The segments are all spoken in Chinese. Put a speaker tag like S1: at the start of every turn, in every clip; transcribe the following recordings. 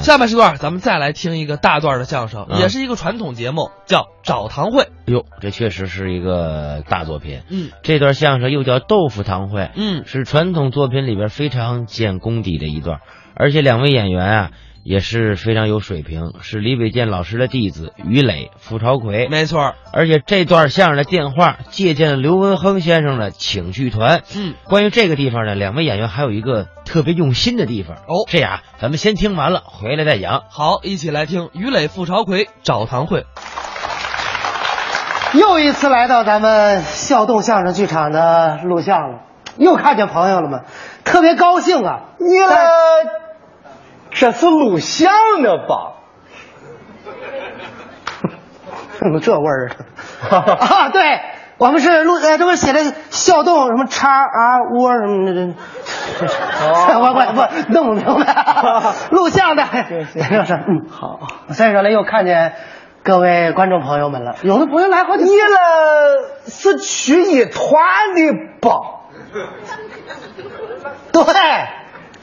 S1: 下半时段咱们再来听一个大段的相声，
S2: 嗯
S1: 也是一个传统节目，叫找堂会。
S2: 哟，这确实是一个大作品。
S1: 嗯
S2: 这段相声又叫《豆腐堂会》，
S1: 嗯，
S2: 是传统作品里边非常见功底的一段，而且两位演员啊也是非常有水平，是李伟健老师的弟子于磊、付朝奎。
S1: 没错儿。
S2: 而且这段相声的电话借鉴了刘文亨先生的请剧团。
S1: 嗯，
S2: 关于这个地方呢，两位演员还有一个特别用心的地方
S1: 哦
S2: 这样啊咱们先听完了，回来再讲。
S1: 好，一起来听于磊、付朝奎找堂会。
S3: 又一次来到咱们笑动相声剧场的录像了，又看见朋友了吗？特别高兴啊！
S4: 你来，这是录像呢吧？
S3: 怎么这味儿 啊？啊，对，我们是录呃，这不是写的笑动什么叉 R 窝什么的， 这
S4: 哦
S3: 我我我弄不明 白，录像的。
S4: 对行
S3: 没有事儿，嗯，好。所以说呢，又看见各位观众朋友们了，有的朋友来好几
S4: 你
S3: 次。
S4: 来是去一团的吧？
S3: 对，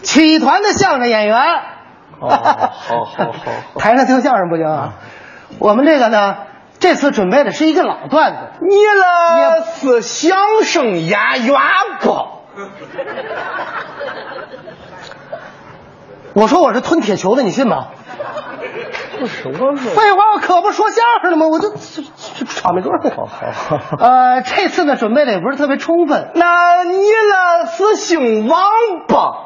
S3: 曲艺团的相声演员。
S4: 哦好好好 好
S3: 台上听相声不行啊。我们这个呢，这次准备的是一个老段子。
S4: 你来是相声演员吧？
S3: 我说我是吞铁球的，你信吗？
S4: 不啊是我说，
S3: 废话，我可不说相声了吗？我就这这场面多
S4: 好好哦好
S3: 呃，这次呢，准备的也不是特别充分。
S4: 那你来是姓王吧？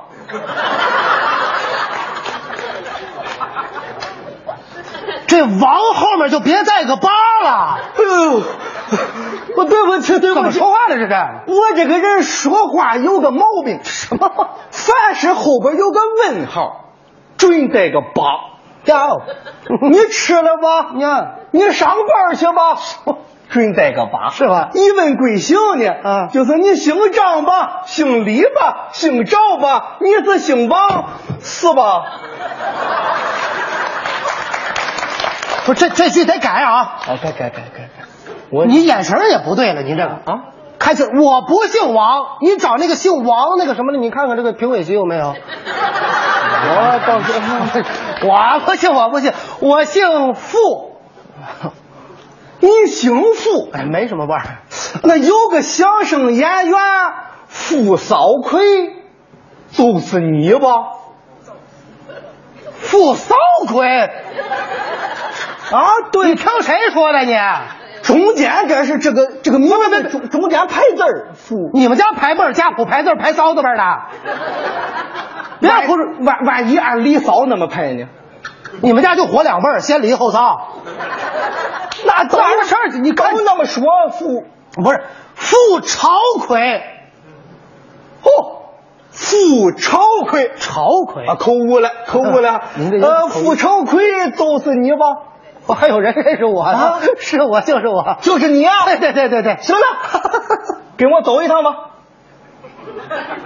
S3: 这王后面就别带个八了。
S4: 哎呦，我对不起，对
S3: 怎
S4: 不
S3: 么
S4: 起
S3: 说。话呢？这是
S4: 我这个人说话有个毛病，什么？凡是后边有个问号，准带个八。
S3: 哟，
S4: 你吃了吧？
S3: 呀，
S4: 你上班去吧，准带个八。
S3: 是吧
S4: 一问贵姓呢？
S3: 啊
S4: 就是你姓张吧，姓李吧，姓赵吧，你是姓王是吧？
S3: 不，这这句得改啊！
S4: 啊，改改改改改，我
S3: 你眼神儿也不对了，您这个
S4: 啊，
S3: 开始我不姓王，你找那个姓王那个什么的，你看看这个评委席有没有？
S4: 我到时
S3: 我不姓，我不姓，我姓傅。
S4: 你姓傅，
S3: 哎，没什么腕儿。
S4: 那有个相声演员傅少奎，就是你吧？
S3: 傅骚鬼啊，对，你听谁说的你？
S4: 中间这是这个这个名字中中间排字儿，傅
S3: 你们家排辈儿家谱排字儿排骚字辈儿 的，别胡
S4: 不
S3: 说！
S4: 是万万一按李嫂那么排呢？
S3: 你们家就活两辈儿，先离后骚，
S4: 那
S3: 怎么回事儿你
S4: 刚
S3: 看
S4: 那么说傅，
S3: 哎不是傅朝奎，
S4: 嚯，傅哦朝奎
S3: 朝奎
S4: 啊，口误了，口误了。
S3: 您这
S4: 呃，
S3: 又口误
S4: 傅朝奎就是你吧？
S3: 我还有人认识我呢，
S4: 啊
S3: 是我就是我，
S4: 就是你啊！
S3: 对对对对对，
S4: 行了，跟我走一趟吧。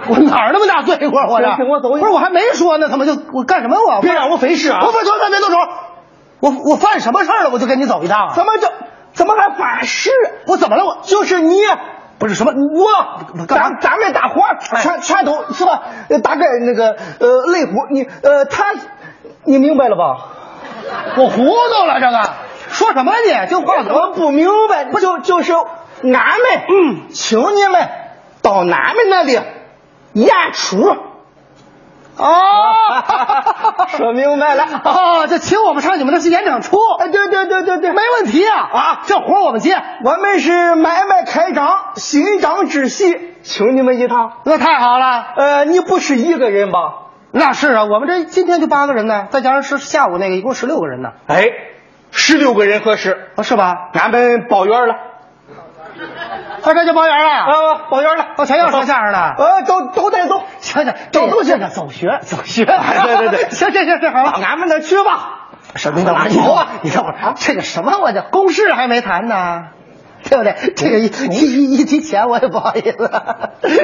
S3: 我哪儿那么大罪过？我这
S4: 行行我走一
S3: 不是我还没说呢，怎么就我干什么我？
S4: 别让我费事啊！
S3: 我不走，别动手！我我犯什么事儿了？我就跟你走一趟啊？
S4: 怎么就怎么还啊反噬？
S3: 我怎么了？我
S4: 就是你，
S3: 不是什么
S4: 我
S3: 干嘛
S4: 咱咱们大伙儿
S3: 哎
S4: 全全都是吧？呃大概那个呃肋骨，你呃他，你明白了吧？
S3: 我糊涂了，这个说什么你？这话怎
S4: 我
S3: 么
S4: 不明白，不就就是俺们嗯，请你们到俺们那里演出。
S3: 哦
S4: 说明白了。
S3: 哦，就请我们上你们那去演场出，
S4: 哎，对对对对对，
S3: 没问题啊
S4: 啊
S3: 这活儿我们接，
S4: 我们是买卖开张，新张之喜，请你们一趟。
S3: 那太好了。
S4: 呃，你不是一个人吧？
S3: 那是啊，我们这今天就八个人呢，再加上是下午那个，一共十六个人呢，
S4: 哎，十六个人合适，
S3: 啊是吧？
S4: 俺们包圆了
S3: 啊，这就包圆了。
S4: 啊，包圆了。
S3: 哦，全要说相声的。
S4: 呃，都都带走，
S3: 行行，
S4: 走
S3: 走
S4: 走
S3: 这
S4: 去
S3: 个走学走 学，
S4: 哎对对对
S3: 行行行行，好了，
S4: 俺们那去吧。
S3: 什么你等
S4: 走
S3: 会儿
S4: 啊，
S3: 你等会儿，这个什么我这公式还没谈呢，对不对？这个一一一一提钱我也不好意 思，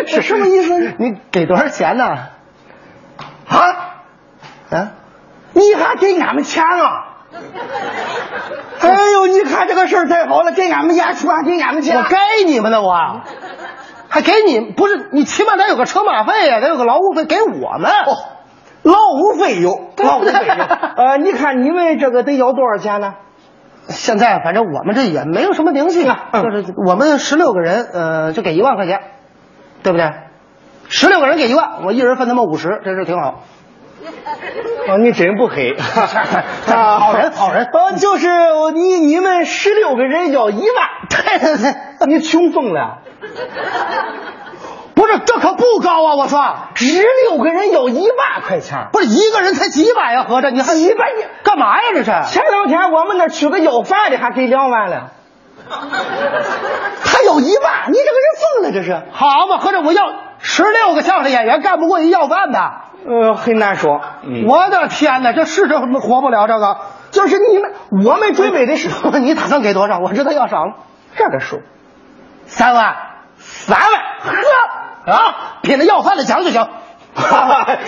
S4: 是什么意思
S3: 你给多少钱呢？
S4: 啊，
S3: 啊，
S4: 你还给俺们钱啊？ 哎呦，你看这个事儿太好了，给俺们演出还给俺们钱
S3: 我。该你们的我。
S4: 啊
S3: 还给你不是你起码得有个车马费呀、得有个劳务费给我们。
S4: 哦劳务费有，
S2: 那 我得有。
S4: 有。
S2: 呃，你看你们这个得要多少钱呢？
S4: 现在反正我们这也没有什么名气啊，
S2: 嗯
S4: 就是我们十六个人，呃，就给一万块钱，对不对？十六个人给一万，我一人分他们五十，这事挺好。
S2: 啊，你真不黑，
S4: 啊好人好人
S2: 呃，就是我你你们十六个人要一万，
S4: 对对对，
S2: 你穷疯了。
S4: 不是这可不高啊！我说，
S2: 十六个人要一万块钱。
S4: 不是一个人才几百呀、合着你还
S2: 几百呀
S4: 干嘛呀？这是
S2: 前两天我们那娶个要饭的还给两万了，
S4: 他有一万，你这个人疯了，这是好嘛？合着我要十六个相声演员干不过一要饭的。嗯
S2: 呃，很难说。嗯
S4: 我的天哪，这是这活不了这个。就是你们，我们准备的是，你打算给多少？我知道要少了，
S2: 这个数，
S4: 三万，三万，呵啊，比那要饭的强 就行。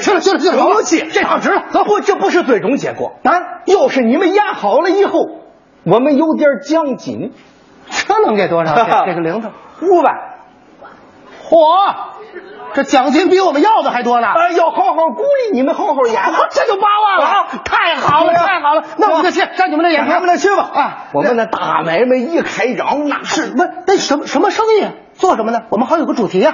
S4: 去了去了去了，
S2: 不气，
S4: 这场值了，走
S2: 不，这不是最终结果
S4: 啊
S2: 要是你们演好了以后，我们有点奖金，
S4: 这能给多少？ 这这个零头，
S2: 五万。
S4: 嚯，这奖金比我们要的还多呢。
S2: 啊，要好好鼓励你们，好好演。
S4: 这就八万了，
S2: 啊
S4: 太好了，
S2: 对呀
S4: 太好了！那我们就去，站你们那演，
S2: 咱们那去吧
S4: 啊，
S2: 我们那大买卖一开张，那
S4: 是不？那什么什么生意啊？做什么呢？我们好像有个主题啊，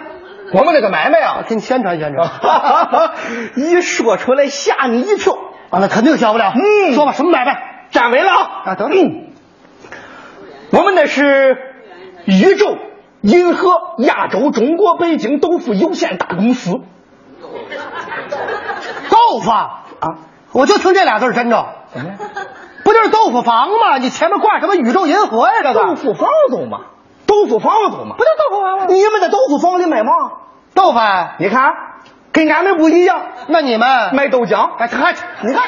S2: 我们那个买卖啊，
S4: 给你宣传宣传。
S2: 哈 一说出来吓你一跳。
S4: 啊，那肯定消不了。
S2: 嗯
S4: 说吧，什么买卖？
S2: 站稳了啊！
S4: 啊，得了，
S2: 我们那是宇宙银河亚洲中国北京豆腐有限大公司。
S4: 豆腐啊，我就听这俩字儿真着。不就是豆腐房吗？你前面挂什么宇宙银河呀？这个
S2: 豆腐房懂吗？豆腐房懂吗
S4: 不？就豆腐房吗？
S2: 你们的豆腐房里卖嘛？
S4: 豆腐啊，
S2: 你看，跟俺们不一样，
S4: 那你们
S2: 卖豆浆。
S4: 哎，看，
S2: 你嗯看，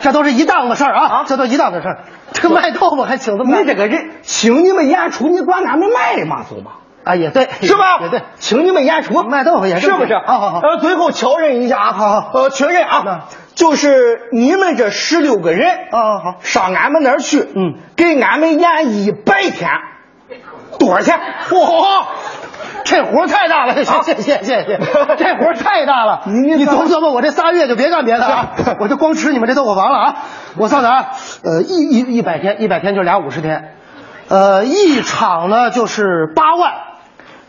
S4: 这都是一档子事儿啊，这都一档 子事儿。这卖豆腐还请这么大
S2: 你这个人，请你们演出，你管俺们卖嘛走吗？
S4: 啊，也对，
S2: 是吧？
S4: 也对，
S2: 请你们演出
S4: 卖豆腐也
S2: 是
S4: 是啊
S2: 不是？
S4: 好好好
S2: 呃，最后确认一下啊，
S4: 好好
S2: 呃，确认啊，就是你们这十六个人
S4: 啊好
S2: 上俺们那儿去，
S4: 嗯，
S2: 给俺们演一百天，多少钱？哇！
S4: 这活儿太大了，谢谢谢谢谢谢，这活儿太大了。
S2: 你你
S4: 你总琢磨我这仨月就别干别的啊，我就光吃你们这豆腐房了啊。我算算啊，呃，一一一百天，一百天就俩五十天，呃，一场呢就是八万，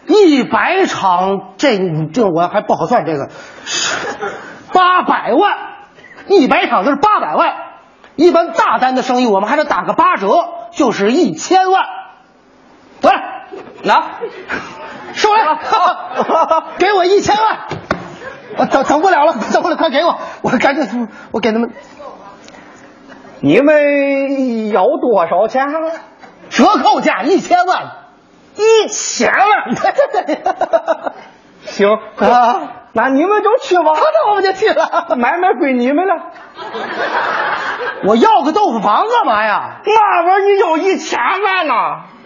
S4: 一百场这这我还不好算这个，八百万，一百场就是八百万。一般大单的生意，我们还得打个八折，就是一千万。得了，
S2: 那
S4: 收 来，给我一千万，我等等不了了，等不了，快给我，我赶紧，我给他们
S2: 你们要多少钱？啊
S4: 折扣价一千万，
S2: 一千万。行
S4: 啊，
S2: 那你们就去吧。
S4: 那我们就去了。
S2: 买卖归你们了。
S4: 我要个豆腐房干嘛呀？
S2: 那玩意儿你要一千万呐！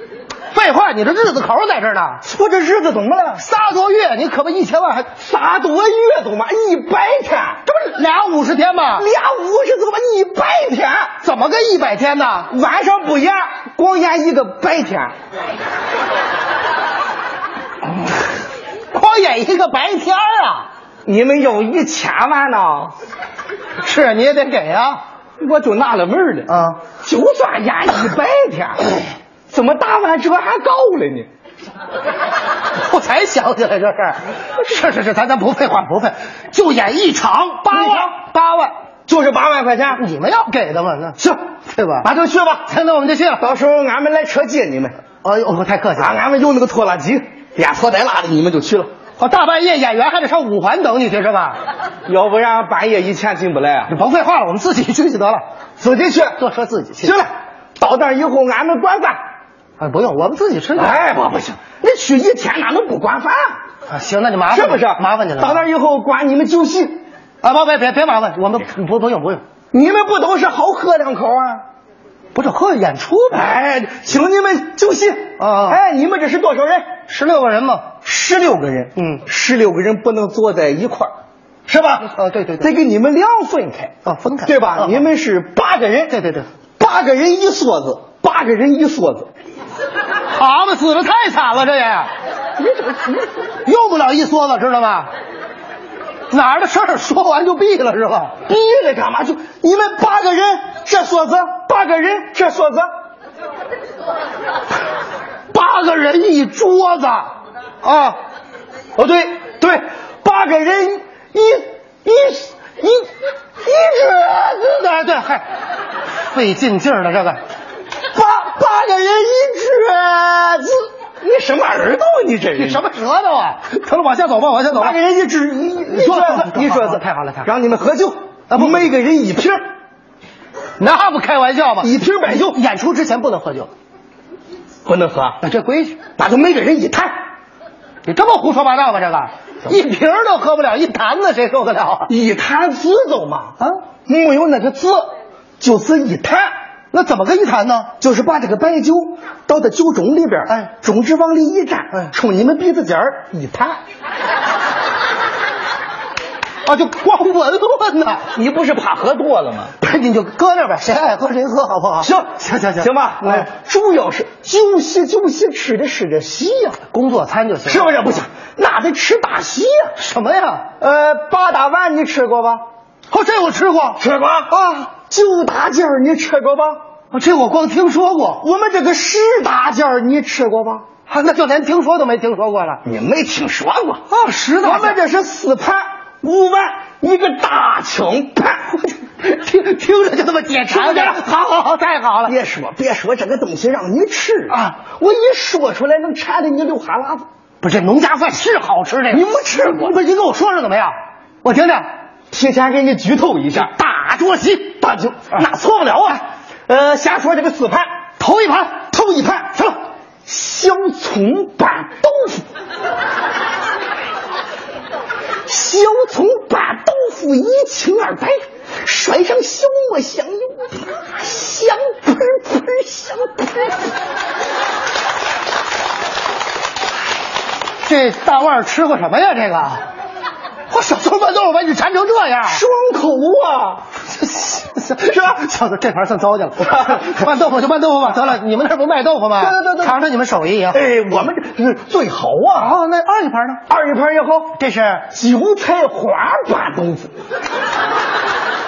S4: 废话，你这日子口在这儿呢，
S2: 我这日子怎么了？
S4: 仨多月，你可不一千万还
S2: 仨多月都嘛，一百天，
S4: 这不是俩五十天
S2: 俩
S4: 吗？
S2: 五十怎么一百天？
S4: 怎么个一百天呢？
S2: 晚上不演，光演一个白 天。
S4: 哦光演一个白天儿啊？
S2: 你们要一千万呐，
S4: 是，你也得给啊。
S2: 我就纳了闷儿了。
S4: 啊，
S2: 就算演一百天，怎么打完折还高了呢？
S4: 我才想起来这事儿。是是是，咱咱不废话，不废，就演一场八万，
S2: 八万，就是八万块钱。
S4: 你们要给的嘛？那
S2: 行，
S4: 对吧？
S2: 那就去吧。
S4: 那我们就去了。
S2: 到时候俺们来车接你们。
S4: 哎呦，我太客气
S2: 啊，
S4: 了。
S2: 俺们有那个拖拉机，俩拖带拉的，你们就去了。
S4: 我哦大半夜演员还得上五环等你去 是吧？
S2: 要不然半夜以前进不来啊。
S4: 你甭废话了，我们自己休息得了，
S2: 自己去。
S4: 坐车自己去。
S2: 行了，到那儿以后俺们管饭。
S4: 哎，不用，我们自己吃去。
S2: 哎，不不行，你去一天哪能不管饭？
S4: 啊，行，那就麻烦
S2: 是
S4: 你
S2: 不是？
S4: 麻烦你了。
S2: 到那儿以后管你们酒席，
S4: 啊，不别别别麻烦，我们不不用不用，
S2: 你们不都是好喝两口啊？
S4: 不是喝演出呗？
S2: 哎，请你们酒席。
S4: 啊
S2: 哎，你们这是多少人？
S4: 十六个人嘛。
S2: 十六个人。
S4: 嗯
S2: 十六个人不能坐在一块儿，是吧？
S4: 啊对对对
S2: 得给你们两分开。
S4: 啊，分开
S2: 对吧？
S4: 啊
S2: 你们是八个人，
S4: 对对对，
S2: 八个人一梭子，八个人一梭子，
S4: 蛤蟆死的太惨了，这也用不了一梭子，知道吗？
S3: 哪儿的事儿说完就毙了是吧？
S4: 逼着干嘛？就
S3: 你们八个人这说子，
S4: 八个人这说子，
S3: 八个人一桌子，啊，
S4: 哦对对，八个人一一一一
S3: 对哎对对，嗨，费劲劲儿了这个，
S4: 只八八个人一只子，你什么耳朵啊你这
S3: 你
S4: 人
S3: 什么舌头啊？成了，往下走吧，往下走吧
S4: 八。个人一只一一
S3: 说
S4: 桌子，一桌
S3: 好好
S4: 子
S3: 太好了太好了
S4: 让你们合酒，啊不，每个人一瓶儿，
S3: 那不开玩笑吗？
S4: 一瓶买酒
S3: 演出之前不能喝酒，
S4: 不能喝，
S3: 那这规矩。
S4: 那就每个人一坛。
S3: 你这么胡说八道吧？这个一瓶儿都喝不了，一坛子谁受得了啊？
S4: 一坛子走嘛，
S3: 啊，
S4: 没有那个字，就是一坛，
S3: 那怎么个一坛呢？
S4: 就是把这个白酒倒到酒盅里边儿，
S3: 哎
S4: 盅子往里一站，
S3: 哎
S4: 冲你们鼻子尖儿一弹。
S3: 啊，就光闻闻呐。
S4: 你不是怕喝多了吗？
S3: 不是，你就搁那儿吧，谁
S4: 哎
S3: 爱喝谁喝，好不好？
S4: 行
S3: 行行行
S4: 行吧，
S3: 哎，
S4: 哎，主要是酒席酒席吃的是这席呀、
S3: 工作餐就行，
S4: 是不是？不行，那得吃大席呀、
S3: 什么呀？
S4: 呃，八大碗你吃过吧？
S3: 哦，这我吃过，
S4: 吃过啊。九大件儿你吃过吧？
S3: 哦这我光听说过，
S4: 我们这个十大件儿你吃过吧？
S3: 啊那就连听说都没听说过了。
S4: 你没听说过
S3: 啊十大件
S4: 我们这是四盘五碗一个大青盘。
S3: 听听着就这么解馋的，
S4: 是不是
S3: 好好好，太好了。
S4: 别说别说，这个东西让你吃
S3: 啊！
S4: 我一说出来，能馋的你流哈喇子。
S3: 不是农家饭是好吃的，
S4: 你没吃过
S3: 不是你跟我说说怎么样？我听听。
S4: 提前给你剧透一下，
S3: 大桌席，
S4: 大酒那错不了啊。呃，瞎说这个四盘，
S3: 头一盘，
S4: 头一盘什么小葱拌豆腐，小葱拌豆腐一清二白，甩上小磨香油，香喷喷，香喷喷。
S3: 这大腕儿吃过什么呀？这个，我小葱拌豆腐把你馋成这样，
S4: 爽口啊！
S3: 是吧？小子，这盘算糟践了。 拌豆腐就拌豆腐吧，得了，你们那儿不卖豆腐吗？
S4: 对对对对
S3: 尝尝你们手艺啊。
S4: 哎，我们这是最好啊！
S3: 哦，那二一盘呢？
S4: 二一盘也好，
S3: 这是，哦，
S4: 韭菜花拌豆腐。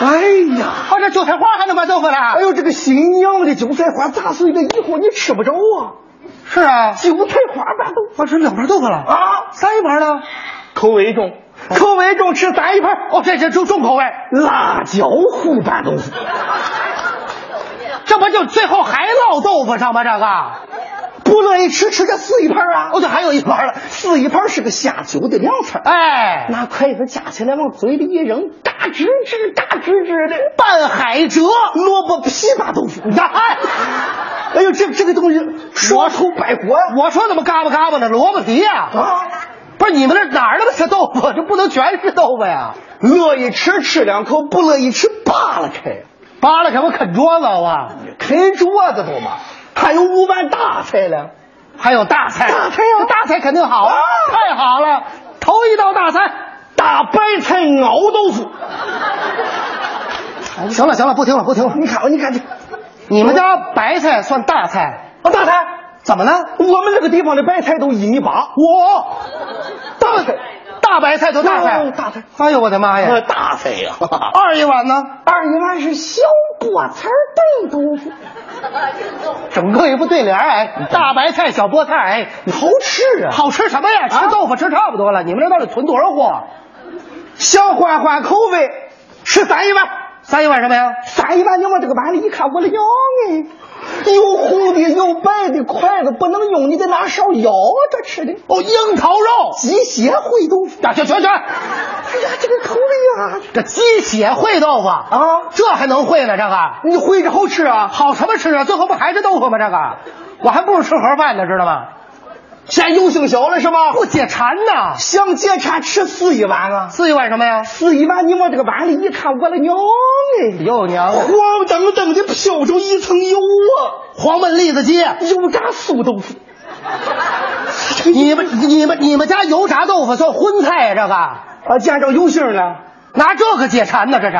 S4: 哎呀，
S3: 哦这韭菜花还能拌豆腐啊呢？
S4: 哎呦，这个新娘的韭菜花砸碎了以后，你吃不着啊！
S3: 是啊，
S4: 韭菜花拌豆腐
S3: 我吃两盘豆腐了。
S4: 啊，
S3: 三一盘呢？
S4: 口味重，口味重，吃三一盘
S3: 哦，这这重重口味，
S4: 辣椒糊拌豆腐。
S3: 这不就最后还落豆腐上吗？这个，
S4: 不乐意吃，吃这四一盘啊！
S3: 哦，对，还有一盘了。
S4: 四一盘是个下酒的凉菜，
S3: 哎，
S4: 拿筷子夹起来往嘴里一扔，嘎吱吱，嘎吱吱的。
S3: 拌海蜇，
S4: 萝卜皮巴豆腐。
S3: 呀哎
S4: 哎呦，这这个东西说出百国呀！
S3: 我说怎么嘎巴嘎巴呢？萝卜皮呀、
S4: 啊，
S3: 不是你们那哪儿那么些豆腐？这不能全是豆腐呀！
S4: 乐意吃吃两口，不乐意吃扒拉开，
S3: 扒拉开我啃桌子啊！
S4: 啃桌子都嘛。还有五碗大菜了，
S3: 还有大菜，
S4: 大菜呀
S3: 大菜肯定好啊
S4: 啊！
S3: 太好了，头一道大菜。
S4: 大白菜熬豆腐。
S3: 哎行了行了，不听了不听了。
S4: 你看吧，你看这，
S3: 你们家白菜算大菜？
S4: 啊，大菜，
S3: 怎么了？
S4: 我们这个地方的白菜都一米八，
S3: 我
S4: 大菜，
S3: 大白菜就大菜，
S4: 嗯大菜。
S3: 哎呦我的妈
S4: 呃
S3: 呀！
S4: 大菜呀、
S3: 二一碗呢？
S4: 二一碗是小菠菜炖豆 腐，
S3: 整个一副对联儿哎，大白菜小菠菜哎，
S4: 好吃啊！
S3: 好吃什么呀？吃豆腐吃差不多了，你们这到底囤多少货？
S4: 想换换口味，吃三一碗。
S3: 三一碗什么呀？
S4: 三一碗，你往这个碗里一看，我的娘哎！有红的，有白的，筷子不能用，你得拿勺舀着吃的。
S3: 哦，樱桃肉。
S4: 鸡血烩豆腐，
S3: 呀，去去去！
S4: 哎呀，这个口味啊！
S3: 这鸡血烩豆腐啊，
S4: 啊，
S3: 这还能烩呢？这个
S4: 你烩着好吃啊！
S3: 好什么吃啊？最后不还是豆腐吗？这个我还不如吃盒饭呢，知道吗？
S4: 现在油性小了是吗？
S3: 不解馋呐。
S4: 想解馋吃四一碗啊！
S3: 四一碗什么呀？
S4: 四一碗，你往这个碗里一看，我的娘哎！
S3: 又娘了，
S4: 黄澄澄的飘着一层油啊！
S3: 黄焖栗子鸡。
S4: 油炸素豆腐，
S3: 你们你们你们家油炸豆腐算荤菜呀、
S4: 啊，见着油性了。
S3: 这个拿这个解馋呢？这是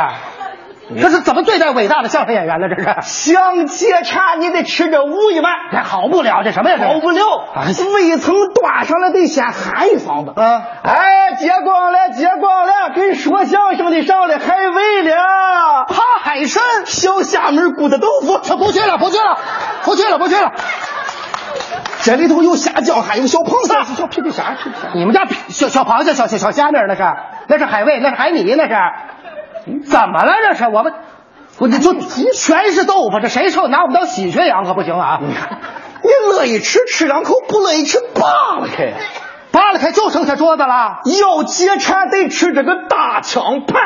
S3: 这是怎么对待伟大的相声演员呢？这是
S4: 相接差，你得吃着五一碗，
S3: 这好不了，这什么呀？这
S4: 好不了
S3: 哎，
S4: 未曾端上来得先喊一嗓子。
S3: 啊
S4: 哎，接光了，接光了，跟说相声的上来海味了，
S3: 怕海参，
S4: 小厦门骨头豆腐，
S3: 这不去了，不去了，不去了，不去了。
S4: 这里头有虾酱，还有小螃蟹，小屁屁虾，屁屁虾。
S3: 你们家小小螃蟹、小小小虾米儿那是，那是海味，那是海米，那是，怎么了？这是我们，我这就全是豆腐，这谁受拿我们当喜鹊养可不行啊！
S4: 你乐意吃吃两口，不乐意吃扒拉开。
S3: 扒拉开就剩下桌子了，
S4: 要接馋得吃这个大枪盘，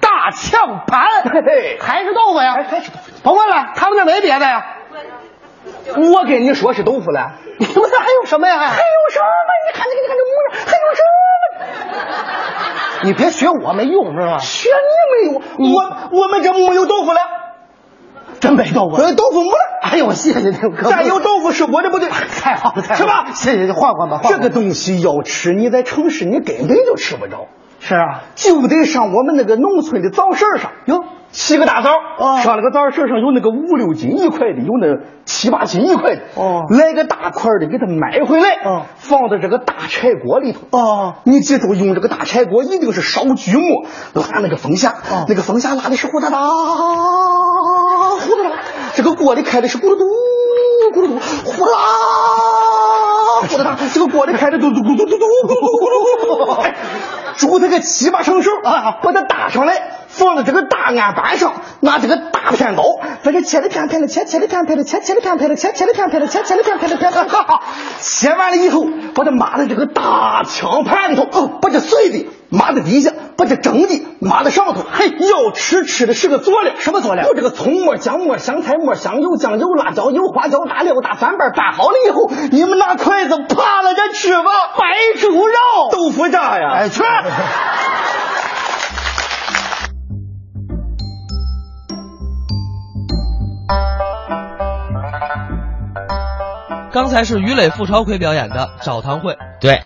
S3: 大炝盘
S4: 嘿嘿
S3: 还是豆腐呀？还是豆腐，甭问了，他们那没别的呀，
S4: 我跟你说是豆腐 了，
S3: 你们那还有什么呀？
S4: 还有什么？你看这个，你看这模样，还
S3: 你
S4: 有什么？
S3: 别学我没用是吧？
S4: 学你没有，我我们这没有豆腐了，
S3: 真没豆腐。
S4: 呃，豆腐没了，
S3: 哎呦，谢谢您，哥。
S4: 再有豆腐是我的不对。
S3: 太好了，太好了
S4: 是吧
S3: 谢谢，换换吧，换
S4: 这
S3: 换
S4: 个东西要吃，你在城市你根本就吃不着，
S3: 是啊，
S4: 就得上我们那个农村的早市上。
S3: 哟，
S4: 起个大早，
S3: 哦
S4: 上那个早市上有那个五六斤一块的，有那七八斤一块的，
S3: 哦
S4: 来个大块的给它买回来，
S3: 嗯
S4: 放到这个大柴锅里头，
S3: 哦
S4: 你记住，用这个大柴锅一定是烧锯末，拉那个风匣，
S3: 哦
S4: 那个风匣拉的是呼哒哒，呼哒哒，这个锅里开的是咕噜嘟，咕噜嘟，呼啦，呼哒哒，这个锅里开的嘟嘟咕嘟嘟嘟咕嘟咕嘟咕嘟，哎煮它个七八成熟
S3: 啊
S4: 把它打上来，放到这个大案板上，拿这个大片刀，把这切的片片的切，切的片片的切，切的片片的切，切的片片的切，切的片片的片，哈哈，切完了以后，把它码在这个大枪盘里头，哦，把这碎的码在底下，把这整的码在上头。嘿，要吃吃的是个佐料，
S3: 什么佐料
S4: 有这个葱末、姜末、香菜末、香油、酱油、辣椒油、花椒、大料、大蒜瓣，拌好了以后，你们拿筷子扒拉着吃吧，白煮肉、豆腐渣呀！
S3: 哎去。
S1: 刚才是于磊、付朝奎表演的《找堂会》。